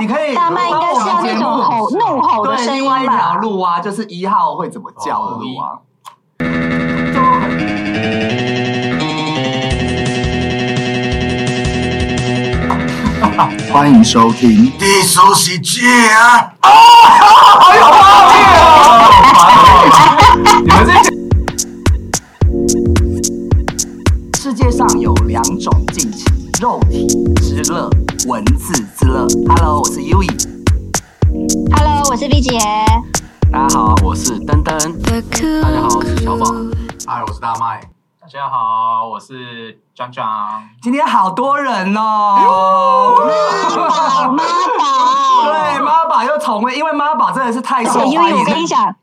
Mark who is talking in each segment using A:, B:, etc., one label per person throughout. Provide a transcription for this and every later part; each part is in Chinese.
A: 你可以
B: 大麦呃应该是要那种吼怒吼的
A: 对
B: 声
A: 另
B: 音
A: 外一条
B: 吧？
A: 路啊，就是一号会怎么叫的路啊。哦
C: 欢迎收听，
D: 你熟悉这啊？
A: 哦 你们这些世界上有两种禁忌：肉体之乐，文字之乐。Hello，我是 U E。
B: Hello，我是 V 姐。哎
A: 大家好，我是登登。
E: 大家好，我是小宝。
D: 嗨，我是大麦。
F: 大家好，我是张张。
A: 今天好多人
B: 哎
A: 哦。
B: 宝妈
A: 对，
B: 宝，
A: 妈宝又重温，因为妈宝真的是太
B: 而
A: 受
B: 且悠
A: 欢迎
B: 悠，我哎跟你讲，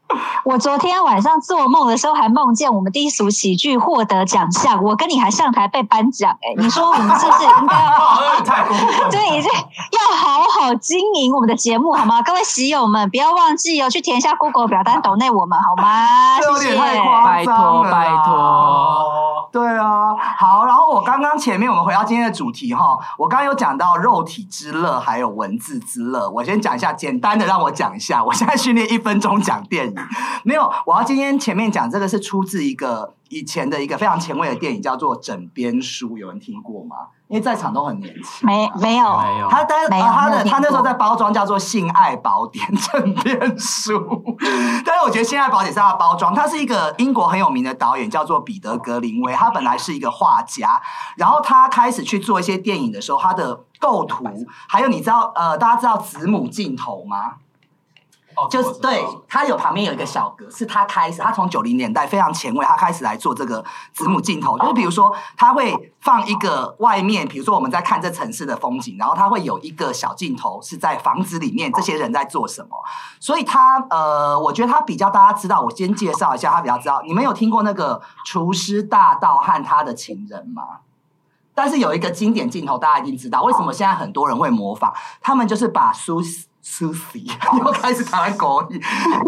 B: 我昨天晚上做梦的时候还梦见我们低俗喜剧获得奖项，我跟你还上台被颁奖哎、你说我们是不是应 该要？
D: 哦
F: 太过分
B: 对，已经要好好经营我们的节目好吗？各位喜友们，不要忘记哦，去填一下 Google 表单，抖内我们好吗？
A: 这有
B: 谢
A: 点
B: 谢。
A: 太夸张了啦
G: 拜托拜
F: 哦
G: 托
A: 对啊，好，然后我刚刚前面我们回到今天的主题哈，我刚刚有讲到肉体之乐，还有文字之乐。我先讲一下，简单的让我讲一下。我现在训练一分钟讲电影，没有，我要今天前面讲这个是出自一个以前的一个非常前卫的电影，叫做《枕边书》，有人听过吗？因为在场都很年轻。
B: 没没有，
G: 没有，
A: 他但
B: 没有
A: 啊他
B: 没
A: 的
B: 有听
A: 他那时候
B: 过
A: 在包装叫做《性爱宝典》 枕边书，但是我觉得《性爱宝典》是他的包装。他是一个英国很有名的导演，叫做彼得·格林威。他本来是一个画家，然后他开始去做一些电影的时候，他的构图，还有你知道呃，大家知道子母镜头吗？
F: 哦
A: 就是
F: 我知道
A: 对，他有旁边有一个小格，是他开始，他从九零年代非常前卫，他开始来做这个子母镜
F: 哦
A: 头，就是比如说他会放一个外面，比如说我们在看这城市的风景，然后他会有一个小镜头是在房子里面这些人在做什么，所以他呃，我觉得他比较大家知道，我先介绍一下，他比较知道，你们有听过那个厨师大盗和他的情人吗？但是有一个经典镜头，大家一定知道，为什么现在很多人会模仿？他们就是把苏苏西 又开始台湾国 语，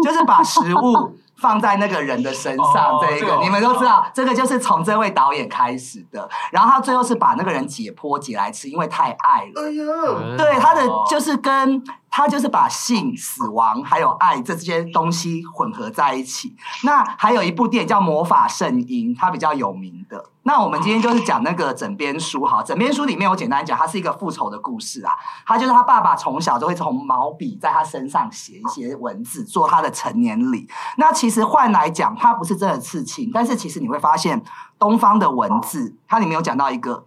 A: 就是把食物放在那个人的身上
F: 哦。
A: 这一
F: 这
A: 个
F: 个我
A: 你们都知道，这个就是从这位导演开始的。然后他最后是把那个人解剖解来吃，因为太爱了。
D: 哎呀，
A: 对他的
F: 哦
A: 就是跟他就是把性、死亡还有爱这些东西混合在一起。那还有一部电影叫《魔法圣婴》，它比较有名的。那我们今天就是讲那个枕边书哈，枕边书里面我简单讲，它是一个复仇的故事啊。他就是他爸爸从小就会从毛笔在他身上写一些文字，做他的成年礼。那其实换来讲，它不是真的刺青，但是其实你会发现东方的文字，它里面有讲到一个，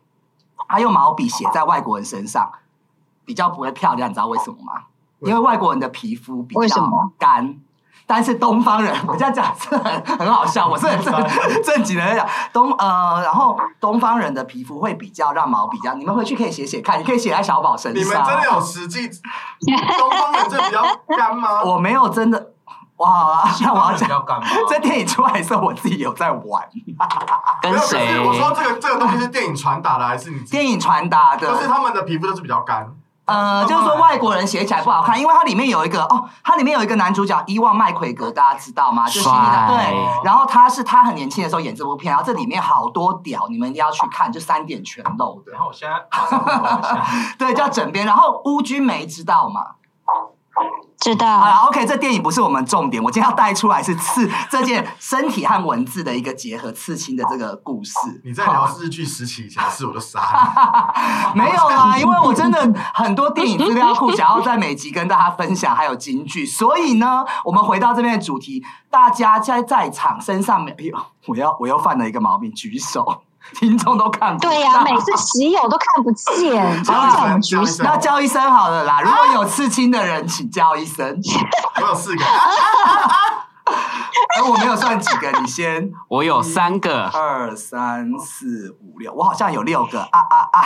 A: 他用毛笔写在外国人身上比较不会漂亮，你知道为什么吗？因为外国人的皮肤比
B: 为什
A: 较
B: 么
A: 干。但是东方人，我这样讲是很很好笑，我是很正正经的在讲东呃，然后东方人的皮肤会比较让毛比较，你们回去可以写写看，你可以写在小宝身上。
D: 你们真的有实际？东方人这比较干吗？
A: 我没有真的，哇，那我要
F: 比
A: 讲，
F: 较干嘛？
A: 这电影出来的时候，我自己有在玩
D: 没
G: 跟
D: 有，可
G: 谁
D: 是？我说这个这个东西是电影传达的，还是你自己？
A: 电影传达的，
D: 就是他们的皮肤都是比较干。
A: 呃，就是说外国人写起来不好看，因为它里面有一个哦，它里面有一个男主角伊万麦奎格，大家知道吗？就是那
G: 帅
A: 个对，然后他是他很年轻的时候演这部片，然后这里面好多屌，你们一定要去看，就三点全露的，
F: 然后我现在马上 Google 一下
A: 对，叫枕边。然后乌君梅知道吗？
B: 知
A: 好
B: 道。
A: 了，OK，这电影不是我们重点，我今天要带出来是刺这件身体和文字的一个结合，刺青的这个故事。
D: 你在聊日剧时期以前的事，我就杀
A: 没有啦，因为我真的很多电影资料库想要在每集跟大家分享，还有金句，所以呢，我们回到这边的主题，大家在在场身上没有， 我要我又犯了一个毛病，举手， 听众都看不到
B: 对呀、每
A: 啊
B: 次喜友都看不见，
D: 好
B: 所以叫我们举 手。
A: 那叫一声好了啦，如果有刺青的人，请叫一 声。
D: 你。 我有四个，
A: 哎而我没有算几个，你先。
G: 我有三个，
A: 二三四五六，我好像有六个啊啊 啊，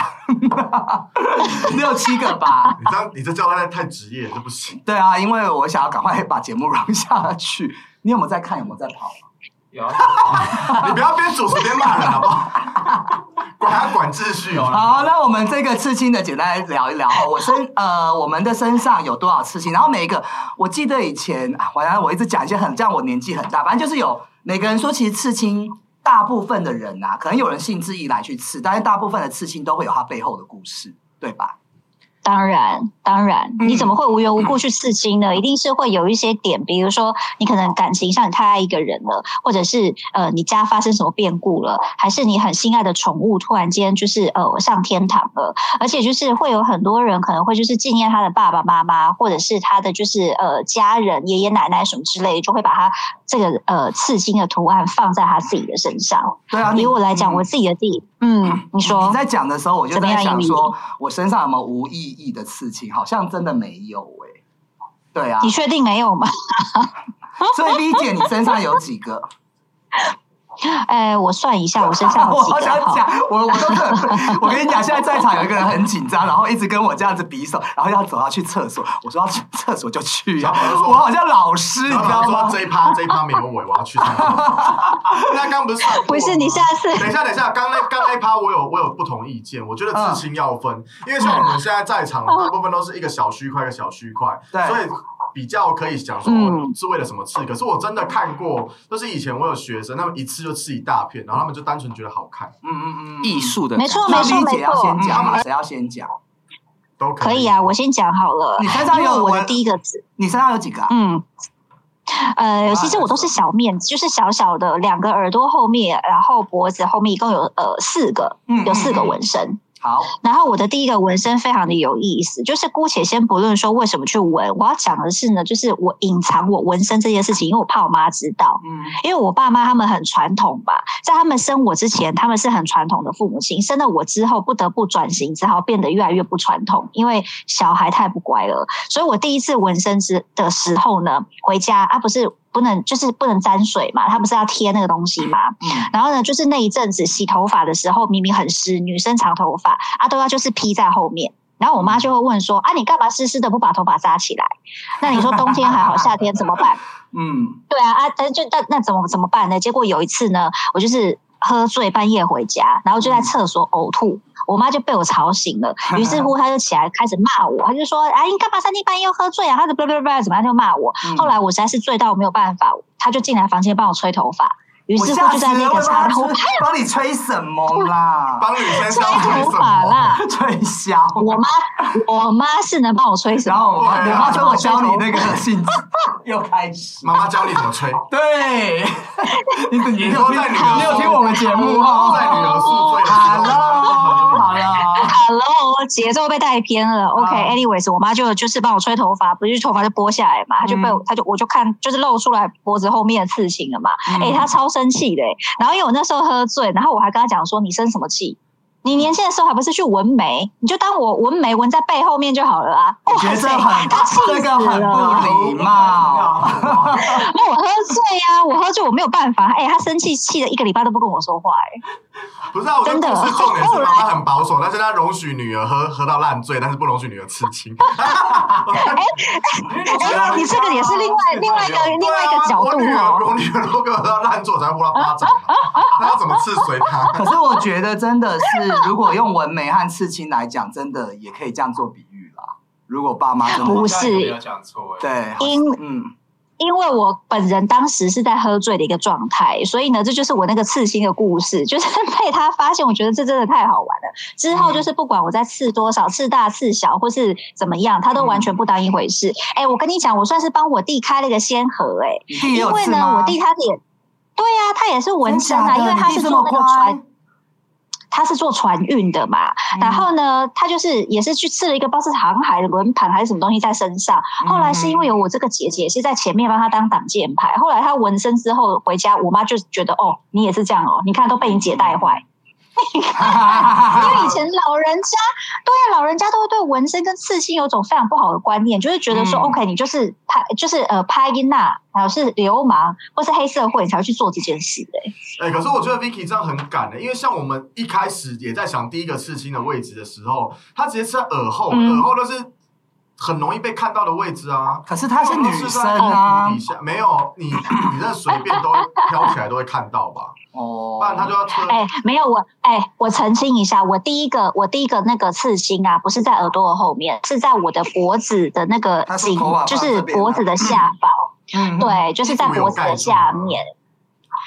A: 六七个吧。
D: 你这样你这叫他太职业，这 不行。
A: 对啊，因为我想要赶快把节目 run 下去。你有没有在看？有没有在跑？
F: 有
D: 你不要边主持边骂人好不好？ 管他管秩序哦。
A: 好，那我们这个刺青的简单来聊一聊。我身呃，我们的身上有多少刺青？然后每一个，我记得以前，啊完了，我一直讲一些很，这样我年纪很大，反正就是有每个人说，其实刺青大部分的人啊，可能有人兴致一来去刺，但是大部分的刺青都会有它背后的故事，对吧？
B: 当然，当然，
A: 嗯
B: 你怎么会无缘无故去刺青呢？一定是会有一些点，比如说你可能感情上你太爱一个人了，或者是呃你家发生什么变故了，还是你很心爱的宠物突然间就是呃上天堂了，而且就是会有很多人可能会就是纪念他的爸爸妈妈，或者是他的就是呃家人、爷爷奶奶什么之类，就会把他这个呃刺青的图案放在他自己的身上。
A: 对啊，
B: 以我来讲，
A: 嗯
B: 我自己的地，嗯，你说
A: 你在讲的时候，我就
B: 怎么
A: 在
B: 样
A: 想
B: 意义
A: 说，我身上有没有无意义的刺青？好像真的没有诶、对啊
B: 你，确定没有吗？
A: 所以 V 姐，你身上有几个？
B: 哎，我算一下，我身上 有
A: 我
B: 几
A: 好想
B: 个哈？
A: 讲，我我都很， 我跟你讲，现在在场有一个人很紧张，然后一直跟我这样子比手，然后要走要去厕所，我说要去厕所就去啊
D: 小宝就，说
A: 我好像老师，你知
D: 然后
A: 道
D: 他说
A: 吗？
D: 这一趴这一趴没有尾，我要去上 厕所。那刚不是上过吗
B: 不是，你下次
D: 等一下，等一下，刚那刚那一趴我有我有不同意见，我觉得刺青要
A: 嗯
D: 分，因为像我们现在在场的大部分都是一个小区块一个小区块，
A: 对
D: 所以。比较可以讲说
B: 嗯
D: 是为了什么刺，可是我真的看过，就是以前我有学生，他们一次就刺一大片，然后他们就单纯觉得好看，
A: 嗯嗯嗯，
G: 艺术的感
B: 没
G: 觉，
B: 错
A: 那
B: 没错
A: V 姐
B: 没
A: 要先
B: 错，
D: 嗯
A: 讲吗，谁要先讲？
D: 都可
B: 可以啊，我先讲好了
A: 你身上，
B: 因
A: 有
B: 为我
A: 我
B: 的第一个字。
A: 你身上有几个啊？
B: 嗯，呃，其实
A: 啊
B: 我都是小面，就是小小的，两个耳朵后面，然后脖子后面，一共有呃四个
A: 嗯，
B: 有四个
A: 嗯嗯
B: 纹身。
A: 好，
B: 然后我的第一个纹身非常的有意思，就是姑且先不论说为什么去纹，我要讲的是呢，就是我隐藏我纹身这件事情，因为我怕我妈知道。
A: 嗯
B: 因为我爸妈他们很传统吧，在他们生我之前，他们是很传统的父母亲。生了我之后，不得不转型，只好变得越来越不传统，因为小孩太不乖了。所以我第一次纹身之的时候呢，回家啊，不是不能就是不能沾水嘛，他不是要贴那个东西嘛。
A: 嗯，
B: 然后呢，就是那一阵子洗头发的时候，明明很湿，女生长头发啊，都要就是披在后面。然后我妈就会问说：“啊，你干嘛湿湿的不把头发扎起来？那你说冬天还好，夏天怎么办？”
A: 嗯
B: 对啊啊，但就但那怎么怎么办呢？结果有一次呢，我就是喝醉半夜回家，然
A: 嗯
B: 后就在厕所呕吐。我妈就被我吵醒了，于是乎她就起来开始骂我，她就说：“啊，你干嘛三更半夜又喝醉啊？”她就叭叭叭怎么样就骂我。
A: 嗯
B: 后来我实在是醉到没有办法，她就进来房间帮我吹头发，于
A: 我
B: 是
A: 吓
B: 乎就
A: 死
B: 在那
A: 了，
B: 个
A: 我
B: 插
A: 帮
B: 头
A: 吹帮你吹什么啦？
D: 帮女生
B: 吹
D: 上厕
B: 头
D: 所
B: 发啦。
A: 吹箫。
B: 我妈我妈是能帮我吹什
A: 然后
B: 么？
A: 我妈
D: 对
A: 我
D: 啊
A: 妈说我教你那个性质，又开始。
D: 妈妈教你怎么吹，
A: 对，你你
D: 你
A: 有
D: 说
A: 听
D: 在女儿
A: 你有听我们节目
D: 都
A: 哦？
D: 在女儿宿醉的时
A: 好了
D: 候，
A: 好了，
B: Hello，节奏被带偏了。
A: 啊
B: OK，anyways，、我妈就就是帮我吹头发，不是头发就拨下来嘛，她就被我，她就我就看就是露出来脖子后面的刺青了嘛。
A: 嗯
B: 哎、她超生气的、欸。然后因为我那时候喝醉，然后我还跟她讲说：“你生什么气？你年轻的时候还不是去纹眉？你就当我纹眉纹在背后面就好了啊。”
A: 我觉得这很
B: 她气
A: 这
B: 死
A: 个很
B: 了。
A: 不礼貌。
B: 那我喝醉啊，我喝醉我没有办法。哎、她生气气的一个礼拜都不跟我说话、欸。
D: 不是啊，我觉得
B: 真的
D: 故事重点是妈妈很保守，但是她容许女儿喝喝到烂醉，但是不容许女儿吃青。
B: 哎、你这个也是另外另外一
A: 啊
B: 个另外一个角度
D: 对
B: 哦
D: 啊。我女儿，我女儿如果喝到烂醉，我才呼她巴掌 嘛，那要怎么刺随她？
A: 可是我觉得真的是，如果用纹眉和刺青来讲，真的也可以这样做比喻啦。如果爸妈真的
B: 不
F: 不
B: 是
F: 没有讲错 哎，
A: 对，
B: 因
A: 嗯
B: 因为我本人当时是在喝醉的一个状态，所以呢，这就是我那个刺青的故事，就是 被他发现，我觉得这真的太好玩了。之后
A: 嗯
B: 就是不管我在刺多少，刺大刺小或是怎么样，他都
A: 嗯
B: 完全不当一回事。哎、我跟你讲，我算是帮我弟开了一个先河、哎，
A: 你弟也
B: 因
A: 有
B: 为
A: 刺
B: 呢，
A: 吗？
B: 我弟他也。对啊，他也是纹身
A: 真假
B: 啊，
A: 的
B: 因为他
A: 你弟
B: 是
A: 这
B: 做
A: 么
B: 那个
A: 乖
B: 船，他是做船运的嘛。然后呢，他就是也是去刺了一个不知道是航海的轮盘还是什么东西在身上。后来是因为有我这个姐姐是在前面帮他当挡箭牌，后来他纹身之后回家，我妈就觉得哦，你也是这样哦，你看都被你姐带坏。
A: 嗯
B: 因为以前老人家，对啊，老人家都会对纹身跟刺青有种非常不好的观念，就是觉得说、
A: 嗯
B: o k 你就是拍，就是呃拍音呐，还有是流氓或是黑社会，你才会去做这件事的、
D: 哎、可是我觉得 Vicky 这样很敢的、因为像我们一开始也在想第一个刺青的位置的时候，她直接刺在耳后，
B: 嗯
D: 耳后都是很容易被看到的位置啊。
A: 可是她是女生
D: 她
A: 啊
D: 是在衣服底，下没有你，你这随便都飘起来都会看到吧？
A: 哦
D: 不然她就要车。
B: 哎、没有我，哎、我澄清一下，我第一个我第一个那个刺青啊，不是在耳朵的后面，是在我的脖子的那个
A: 他说
B: 颈
A: 头发，
B: 就
A: 放
B: 是
A: 这边
B: 脖
A: 啊
B: 子的下方。
A: 嗯，
B: 对，就是在脖子的下面。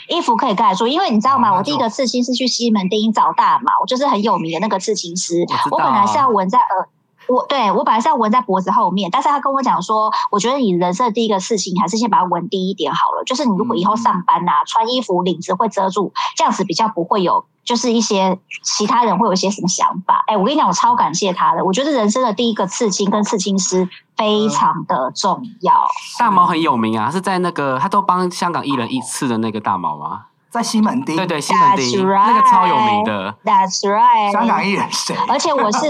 B: 衣服可以盖住，因为你知道吗？
D: 哦那就
B: 我第一个刺青是去西门町找大毛，就是很有名的那个刺青师。
G: 我知道
B: 我本来是要纹在耳，我对我本来是要纹在脖子后面，但是他跟我讲说，我觉得你人生的第一个事情还是先把它纹低一点好了。就是你如果以后上班呐、穿衣服领子会遮住，这样子比较不会有，就是一些其他人会有一些什么想法。哎，我跟你讲，我超感谢他的，我觉得人生的第一个刺青跟刺青师非常的重要。
G: 大毛很有名啊，是在那个他都帮香港艺人一次的那个大毛吗？
A: 在西门町，
G: 对对，西门町
B: right
G: 那个超有名的。
B: That's right，
A: 香港艺人谁？
B: 而且 我是，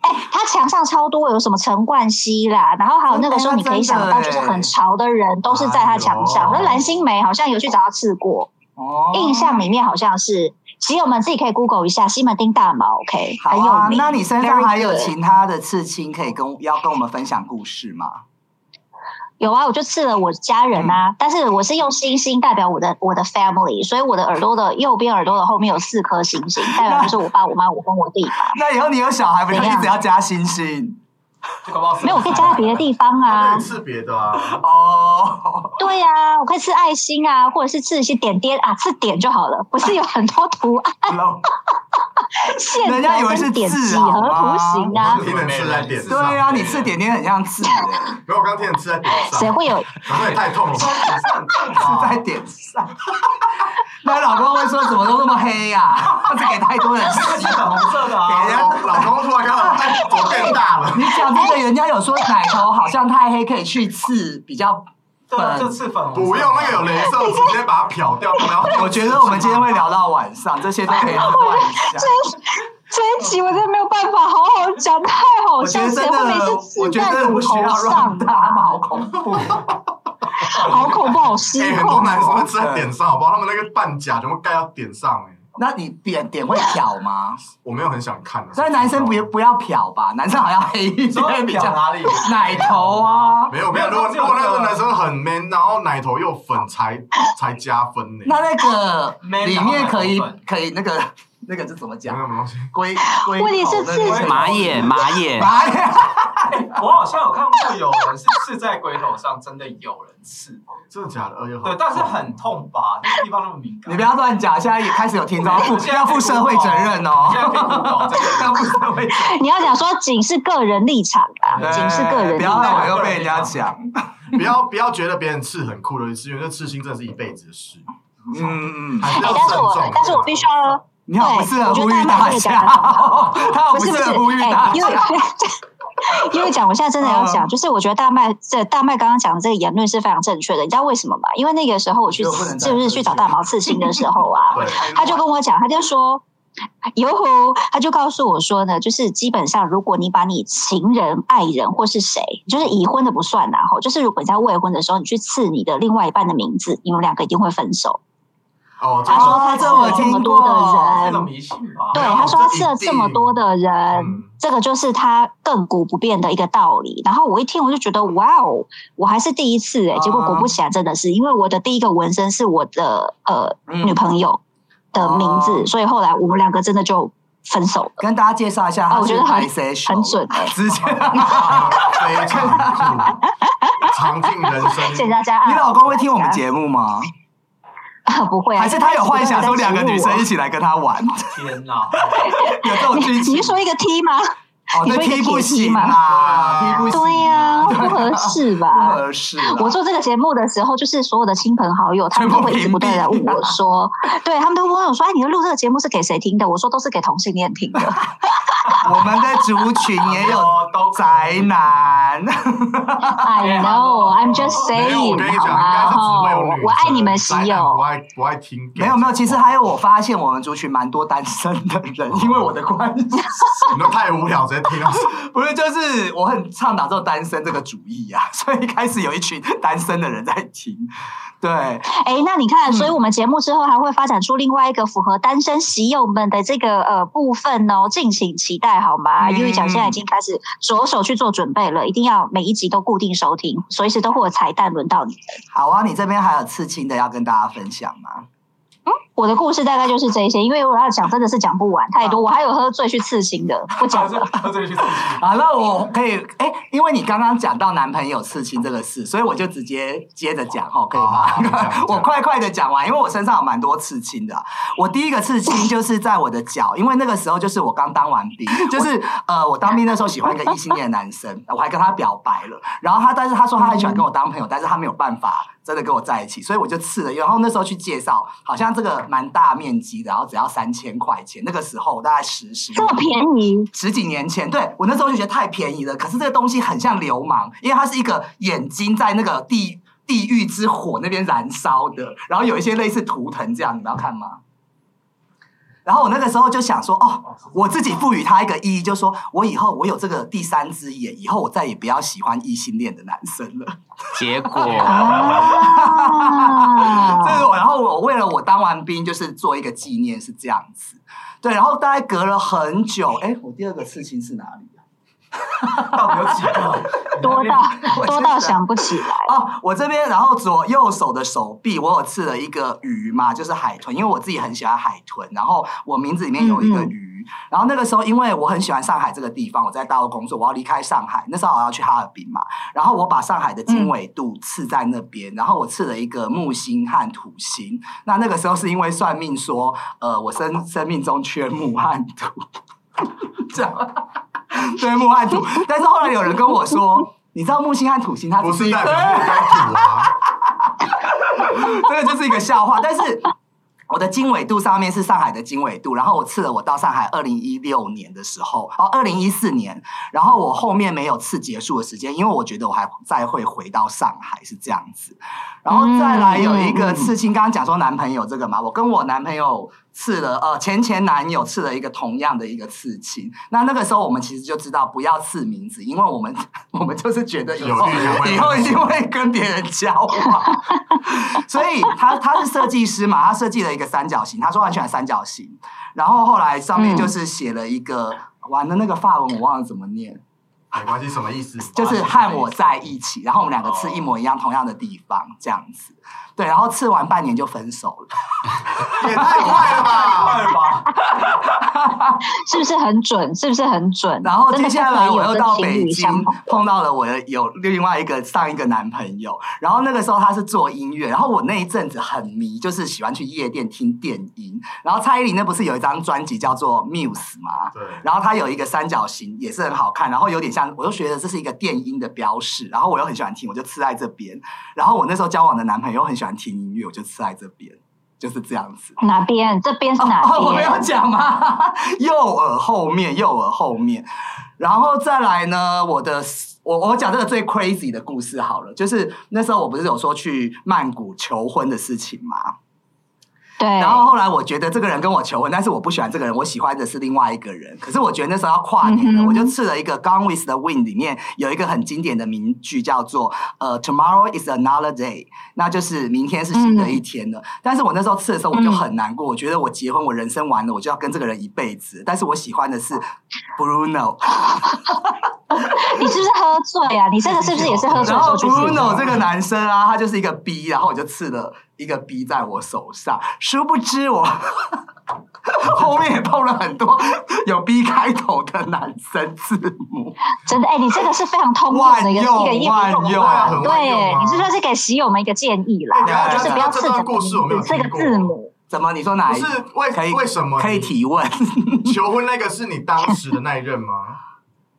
B: 哎、他墙上超多，有什么陈冠希啦，然后还有那个时候你可以想到，就是很潮的人都是在他墙上。
D: 哎
B: 那
D: 呦
B: 蓝心湄好像有去找他刺过，
A: 哦
B: 印象里面好像是。其实我们自己可以 Google 一下西门町大毛，OK，
A: 好
B: 很有
A: 啊。
B: 名。
A: 那你身上
B: very
A: 还有
B: good
A: 其他的刺青可以跟要跟我们分享故事吗？
B: 有啊，我就刺了我家人
A: 嗯
B: 啊，但是我是用星星代表我的我的 family，所以我的耳朵的右边耳朵的后面有四颗星星，代表就是我爸、我妈、我跟我弟嘛。
A: 那以后你有小孩，不就
B: 怎
A: 一
B: 样
A: 直要加星 星
F: 这个不好
B: 没有，我可以加在别的地方 啊。
D: 可以吃别的啊。
A: 哦？
B: 对呀、我可以刺爱心啊，或者是刺一些点点啊，刺点就好了。不是有很多图 案线
A: 人家以
B: 条
A: 为是
B: 跟点
A: 字
B: 几
A: 好
B: 何
A: 吗
B: 图形啊
D: 我？听人吃在点子
A: 对
D: 上，
A: 啊，你 刺点点很像刺耶，
B: 哦
D: 没有，我刚听人吃在点上，
B: 谁会有？
D: 然后也太痛了吧。
A: 刺在点上。 那老公会说怎么都那么黑呀、啊？ 这给太多人吃了。
F: 红色的
D: 等
F: 啊，
D: 一下，老公突然看到，哎，怎么变大了？
A: 你讲这个，人家有说奶头好像太黑，可以去刺比较。
F: 对啊，就刺粉红色。
D: 不用，那个有镭射，直接把它漂掉。然后
A: 我觉得我们今天会聊到晚上，这些都可以乱讲。
B: 这一集我真的没有办法好好讲，太好
A: 我觉
B: 笑
A: 得，
B: 谁
A: 真
B: 会每
A: 的
B: 次，
A: 我
B: 刺
A: 觉得
B: 在
A: 真的
B: 乳
A: 不需
B: 头
A: 要
B: 上啊
A: 让他们好恐怖。
B: 好恐怖，好失
D: 哎，很多
B: 控。
D: 男生会吃在点上，好不好？他们那个半甲全部盖到点上，哎，
A: 那你点点会漂吗？
D: 我没有很想看的。啊
A: 所以男生不要不要漂吧，男生好像黑一
F: 所以
A: 点比
F: 表
A: 较
F: 哪里？
A: 奶头啊。
D: 没有没有，如果如果那个男生很 man，然后奶头又粉，才才加分呢。
A: 那那个
F: Man
A: 里面可以
F: 然后奶头粉
A: 可以那个那个是怎么
D: 有没
A: 讲？
D: 有东西？
A: 龟龟
B: 嗯问题是
A: 头那个
B: 刺
A: 什么
G: 马眼，马眼，
A: 马眼，
F: 我好像有看过有人是刺在龟头上，真的有人刺，
D: 真的假的？而且
F: 对，但是很痛吧？那个地方那么敏感。
A: 你不要乱讲，现在也开始有听众要负
F: 我现在
A: 要负社会责任哦，
F: 现在可以 Google 这个
A: 要负社会责任。
B: 你要讲说，仅是个人立场啊，
A: 哎
B: 仅是个人
A: 不
B: 立
A: 要
B: 场。
A: 害我又被人家讲。
D: 不要不要觉得别人刺很酷的事，因为这刺青真的是一辈子的事。
A: 嗯，
D: 还是
B: 哎
D: 要，
B: 但是
D: 慎
B: 我
D: 重
B: 但是我必须要。
A: 你好，不适合呼吁大家，哦 他好
B: 不是
A: 适
B: 不是
A: 合，呼吁大
B: 哎，因为
A: 家。
B: 因为讲，我现在真的要讲，
A: 嗯
B: 就是我觉得大麦这大麦刚刚讲的这个言论是非常正确的，你知道为什么吗？因为那个时候我去
A: 我觉得不能再
B: 就是去找大毛刺青的时 候啊，
D: 对，
B: 他就跟我讲，他就说。哟吼！他就告诉我说呢，就是基本上，如果你把你情人、爱人或是谁，就是已婚的不算啦，吼，就是如果你在未婚的时候，你去刺你的另外一半的名字，你们两个一定会分手。
D: 哦，这
B: 他说
D: 种
B: 他
A: 哦
B: 刺
A: 这我
B: 了这
A: 听
B: 么多的
A: 过
F: 这
B: 人，
F: 种迷信吧？
A: 哦
B: 对，
D: 没有
B: 他说他
D: 这
B: 吃了
D: 一
B: 这么
D: 定
B: 多的人，
D: 嗯
B: 这个就是他亘古不变的一个道理。然后我一听我就觉得，哇哦，我还是第一次哎、
A: 啊
B: 结果果不其然，真的是因为我的第一个纹身是我的呃、女朋友的名字，
A: 嗯哦
B: 所以后来我们两个真的就分手了，
A: 跟大家介绍一
B: 哦
A: 下，他是排 session，
B: 很准 哎、
A: 直接。
D: 啊非常酷， 尝尽人
B: 谢谢
D: 生。
B: 大家啊！
A: 你老公会听我们节目吗？
B: 啊 不会啊？
A: 还是他有幻想说两个女生一起来跟他玩？
F: 天哪！
A: 有这种剧
B: 啊 你
A: 情？
B: 是说一个 T 吗？
A: 哦，那踢不行啦，踢不行。啊
B: 对呀、不合适
A: 不
B: 吧？
A: 合适。
B: 我做这个节目的时候，就是所有的亲朋好友，他们都会一直不断的问我说， 对他们都会问我说，哎，你录这个节目是给谁听的？我说都是给同性恋 听的。
A: 我们的族群也有
F: 哦都
A: 宅 男，
B: 哎 I know, I'm just
D: 没有，我跟你
B: saying，
D: 讲，
B: 好
D: 应
B: 吗？
D: 该是只会有
B: 哦啊
D: 女生
B: 我爱你们，喜
D: 宅男不
B: 友。
D: 爱不爱听。
A: 没有没有，其实还有我发现我们族群蛮多单身的人，因为我的关系。
D: 你们太无聊，直接听啊 到。
A: 不是，就是我很倡导这种单身这个主义啊，所以一开始有一群单身的人在听，对，
B: 哎，那你看，
D: 嗯
B: 所以我们节目之后还会发展出另外一个符合单身喜友们的这个呃部分哦，敬请期待好吗？
A: 嗯
B: 因为讲现在已经开始着手去做准备了，一定要每一集都固定收听，随时都会有彩蛋轮到你。
A: 好啊，你这边还有刺青的要跟大家分享吗？
B: 我的故事大概就是这一些，因为我要讲真的是讲不完，太多。我还有喝醉去刺青的，不讲
F: 他
B: 了。
F: 这这里去刺青，
A: 好，那我可以哎、因为你刚刚讲到男朋友刺青这个事，所以我就直接接着讲哈，可以吗
D: 好好你讲你 讲？
A: 我快快的讲完，因为我身上有蛮多刺青的。我第一个刺青就是在我的脚，因为那个时候就是我刚当完兵， 就是呃，我当兵那时候喜欢一个异性恋的男生，我还跟他表白了，然后他但是他说他很喜欢跟我当朋友，但是他没有办法真的跟我在一起，所以我就刺了。然后那时候去介绍，好像这个蛮大面积的，然后只要三千块钱，那个时候大概十十
B: 这么便宜，
A: 十几年前，对我那时候就觉得太便宜了。可是这个东西很像流氓，因为它是一个眼睛在那个地地狱之火那边燃烧的，然后有一些类似图腾这样，你们要看吗？然后我那个时候就想说，哦，我自己赋予它一个意义，就说我以后我有这个第三只眼，以后我再也不要喜欢异性恋的男生了。
G: 结果
A: 这
B: 啊
A: 是我，然后我为了我当完兵，就是做一个纪念，是这样子。对，然后大概隔了很久，哎，我第二个事情是哪里啊？
F: 到底有几个？
B: 多到
A: 我
B: 多
A: 真
B: 到
A: 的
B: 想不起来。
A: 哦，我这边，然后左右手的手臂，我有刺了一个鱼嘛，就是海豚，因为我自己很喜欢海豚，然后我名字里面有一个
B: 嗯嗯
A: 鱼。然后那个时候，因为我很喜欢上海这个地方，我在大陆工作，我要离开上海，那时候我要去哈尔滨嘛，然后我把上海的经纬度刺在那边，然后我刺了一个木星和土星。那那个时候是因为算命说，呃，我生生命中缺木和土，这样。对木和土，但是后来有人跟我说，你知道木星和土星它
D: 不
A: 只
D: 是
A: 一
D: 代表
A: 个
D: 不干土啊，
A: 这个就是一个笑话。但是我的经纬度上面是上海的经纬度，然后我刺了我到上海二零一六年的时候，哦，二零一四年，然后我后面没有刺结束的时间，因为我觉得我还再会回到上海是这样子。然后再来有一个刺青，刚刚讲说男朋友这个嘛，我跟我男朋友刺了，呃，前前男友刺了一个同样的一个刺青。那那个时候我们其实就知道不要刺名字，因为我们 我们就是觉得以
D: 有
A: 后
D: 绿有灰
A: 以后一定会跟别人交往。所以他他是设计师嘛，他设计了一个三角形，他说他喜欢三角形，然后后来上面就是写了一个，完了那个法文我忘了怎么念，
D: 没关系，什么意思？
A: 就是和我在一起，然后我们两个吃一模一样同样的地方这样子，对，然后吃完半年就分手了，
D: 也太快了吧！
F: 二吧，
B: 是不是很准？是不是很准？
A: 然后
B: 真
A: 接
B: 的是
A: 下来
B: 可以
A: 我
B: 有
A: 又
B: 这
A: 到
B: 情
A: 北
B: 侣相
A: 京
B: 逢。
A: 碰到了我的有另外一个上一个男朋友，然后那个时候他是做音乐，然后我那一阵子很迷，就是喜欢去夜店听电音，然后蔡依林那不是有一张专辑叫做 Muse 吗？
D: 对，
A: 然后它有一个三角形，也是很好看，然后有点像，我就觉得这是一个电音的标识，然后我又很喜欢听，我就刺在这边。然后我那时候交往的男朋友很喜欢听音乐，我就刺在这边，就是这样子。
B: 哪边？这边是哪
A: 哦，我没
B: 边？
A: 有讲吗？ 右耳后面，右耳后面，然后再来呢？我的我我讲这个最 crazy 的故事好了，就是那时候我不是有说去曼谷求婚的事情吗？
B: 对，
A: 然后后来我觉得这个人跟我求婚，但是我不喜欢这个人，我喜欢的是另外一个人。可是我觉得那时候要跨年了，
B: 嗯哼
A: 我就刺了一个《Gone with the Wind》里面有一个很经典的名句，叫做“呃，Tomorrow is another day”，那就是明天是新的一天
B: 嗯
A: 了。但是我那时候刺的时候，我就很难过，我觉得我结婚，我人生完了，我就要跟这个人一辈子。但是我喜欢的
B: 哦
A: 是 Bruno，
B: 你是不是喝醉啊？你这个是不是也是喝
A: 然
B: 醉的时
A: 后
B: 候去刺
A: Bruno
B: 的？
A: 这个男生啊，他就是一个 B，然后我就刺了一个 B 在我手上，殊不知我 后面也碰了很多 有 B 开头的男生字母，
B: 真的，哎，你这个是非常通用的
A: 万
B: 一个一
A: 用
B: 个业务
A: 万
D: 对
A: 用。
D: 啊，很万用
B: 对，
D: 啊
B: 你是不是给喜友们一个建议啦？
D: 哎
A: 等一下
B: 就是不要
D: 这
B: 刺
D: 段
B: 着
D: 故事我没有
B: 这个
D: 听过
B: 字母，
A: 怎么？你说哪
D: 不
A: 一？
D: 是为
A: 可以
D: 为什么
A: 可以
D: 你
A: 提问？
D: 求婚那个是你当时的那一任吗？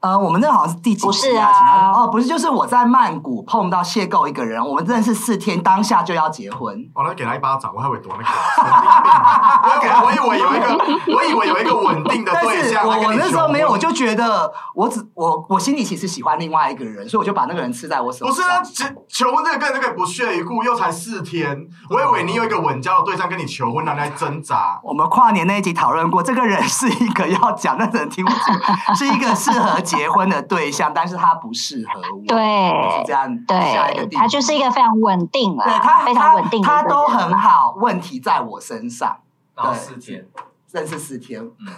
A: 呃，我们那好像是第几
B: 不是
A: 集
B: 啊
A: 其他哦，不是，就是我在曼谷碰到邂逅一个人，我们认识四天，当下就要结婚。
D: 哦，那给他一巴掌，我还以为躲 那个神经病，我以为我以为有一个，我以为有一个稳定的
A: 但
D: 对
A: 是
D: 象，
A: 我
D: 来跟
A: 我
D: 你
A: 那时
D: 求
A: 候
D: 婚
A: 没有，我就觉得我只我我心里其实喜欢另外一个人，所以我就把那个人刺在我手
D: 不
A: 上。
D: 是啊，求求婚这个根本就可以不屑一顾，又才四天，我以为你有一个稳交的对象跟你求婚，让你在挣扎。
A: 我们跨年那一集讨论过，这个人是一个要讲，但只能听我讲，是一个适合结婚的对象，但是他不适合我。，是
B: 对
A: 这样。下一个
B: 对，
A: 地
B: 他就是一个非常稳定
A: 对
B: 啦，
A: 他
B: 非常稳定的一个
A: 他，
B: 人，
A: 他都很好，问题在我身上。
F: 然后四天，
A: 认识四天
F: 嗯，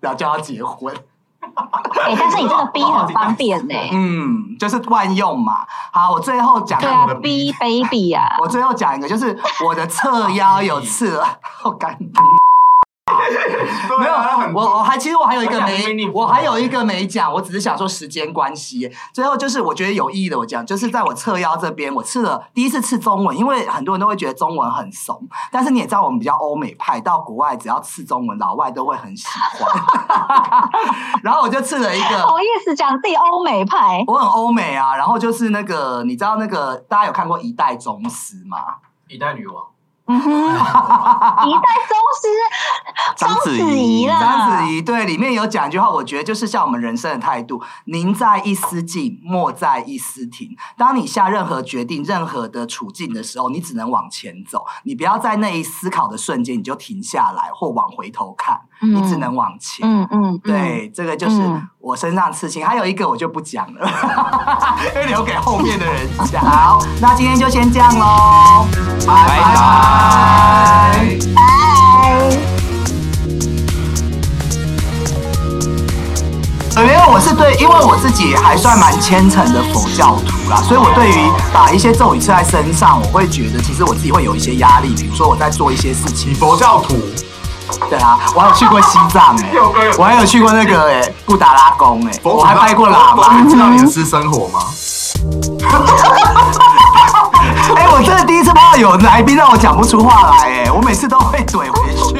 A: 然后就要结婚，
B: 哎、但是你这个 B 很方便呢、
A: 嗯，就是万用嘛。好，我最后讲
B: 对
D: 我
B: 啊
D: 的
B: ，B baby 啊，
A: 我最后讲一个，就是我的侧腰有刺了，好尴尬。没
D: 对
A: 有
D: 啊，他很，
A: 我我还其实我还有一个
F: 我想听
A: 没
F: 你，
A: 我还有一个没讲，我只是想说时间关系。最后就是我觉得有意义的，我讲就是在我侧腰这边，我刺了第一次刺中文，因为很多人都会觉得中文很怂，但是你也知道我们比较欧美派，到国外只要刺中文，老外都会很喜欢。 然后我就刺了一个，
B: 好意思讲自己欧美派，
A: 我很欧美啊，然后就是那个，你知道那个大家有看过《一代宗师》吗？
F: 一代女王，
B: 嗯哼，一代宗师
G: 章子
B: 子
G: 怡
B: 怡啦，
A: 章子怡对里面有讲一句话，我觉得就是像我们人生的态度：宁在一丝静，莫在一丝停。当你下任何决定、任何的处境的时候，你只能往前走，你不要在那一思考的瞬间你就停下来或往回头看，
B: 嗯
A: 你只能往前。
B: 嗯嗯，嗯，
A: 对，这个就是
B: 嗯
A: 我身上刺青，还有一个我就不讲了，因为留给后面的人讲。好，那今天就先这样喽，拜
G: 拜
A: 拜
G: 拜
B: 拜。
A: 呃因为我是对，因为我自己还算蛮虔诚的佛教徒啦，所以我对于把一些咒语刺在身上，我会觉得其实我自己会有一些压力。比如说我在做一些事情，
D: 佛教徒，
A: 对啊，我还有去过西藏哎、
F: 有个有
A: 我还有去过那个哎、布达拉宫哎、
D: 佛
A: 我
D: 祖
A: 还拜过喇
D: 佛祖
A: 嘛。
D: 知道你的私生活吗？
A: 欸哎、我真的第一次碰到有来宾让我讲不出话来哎、我每次都会怼回去。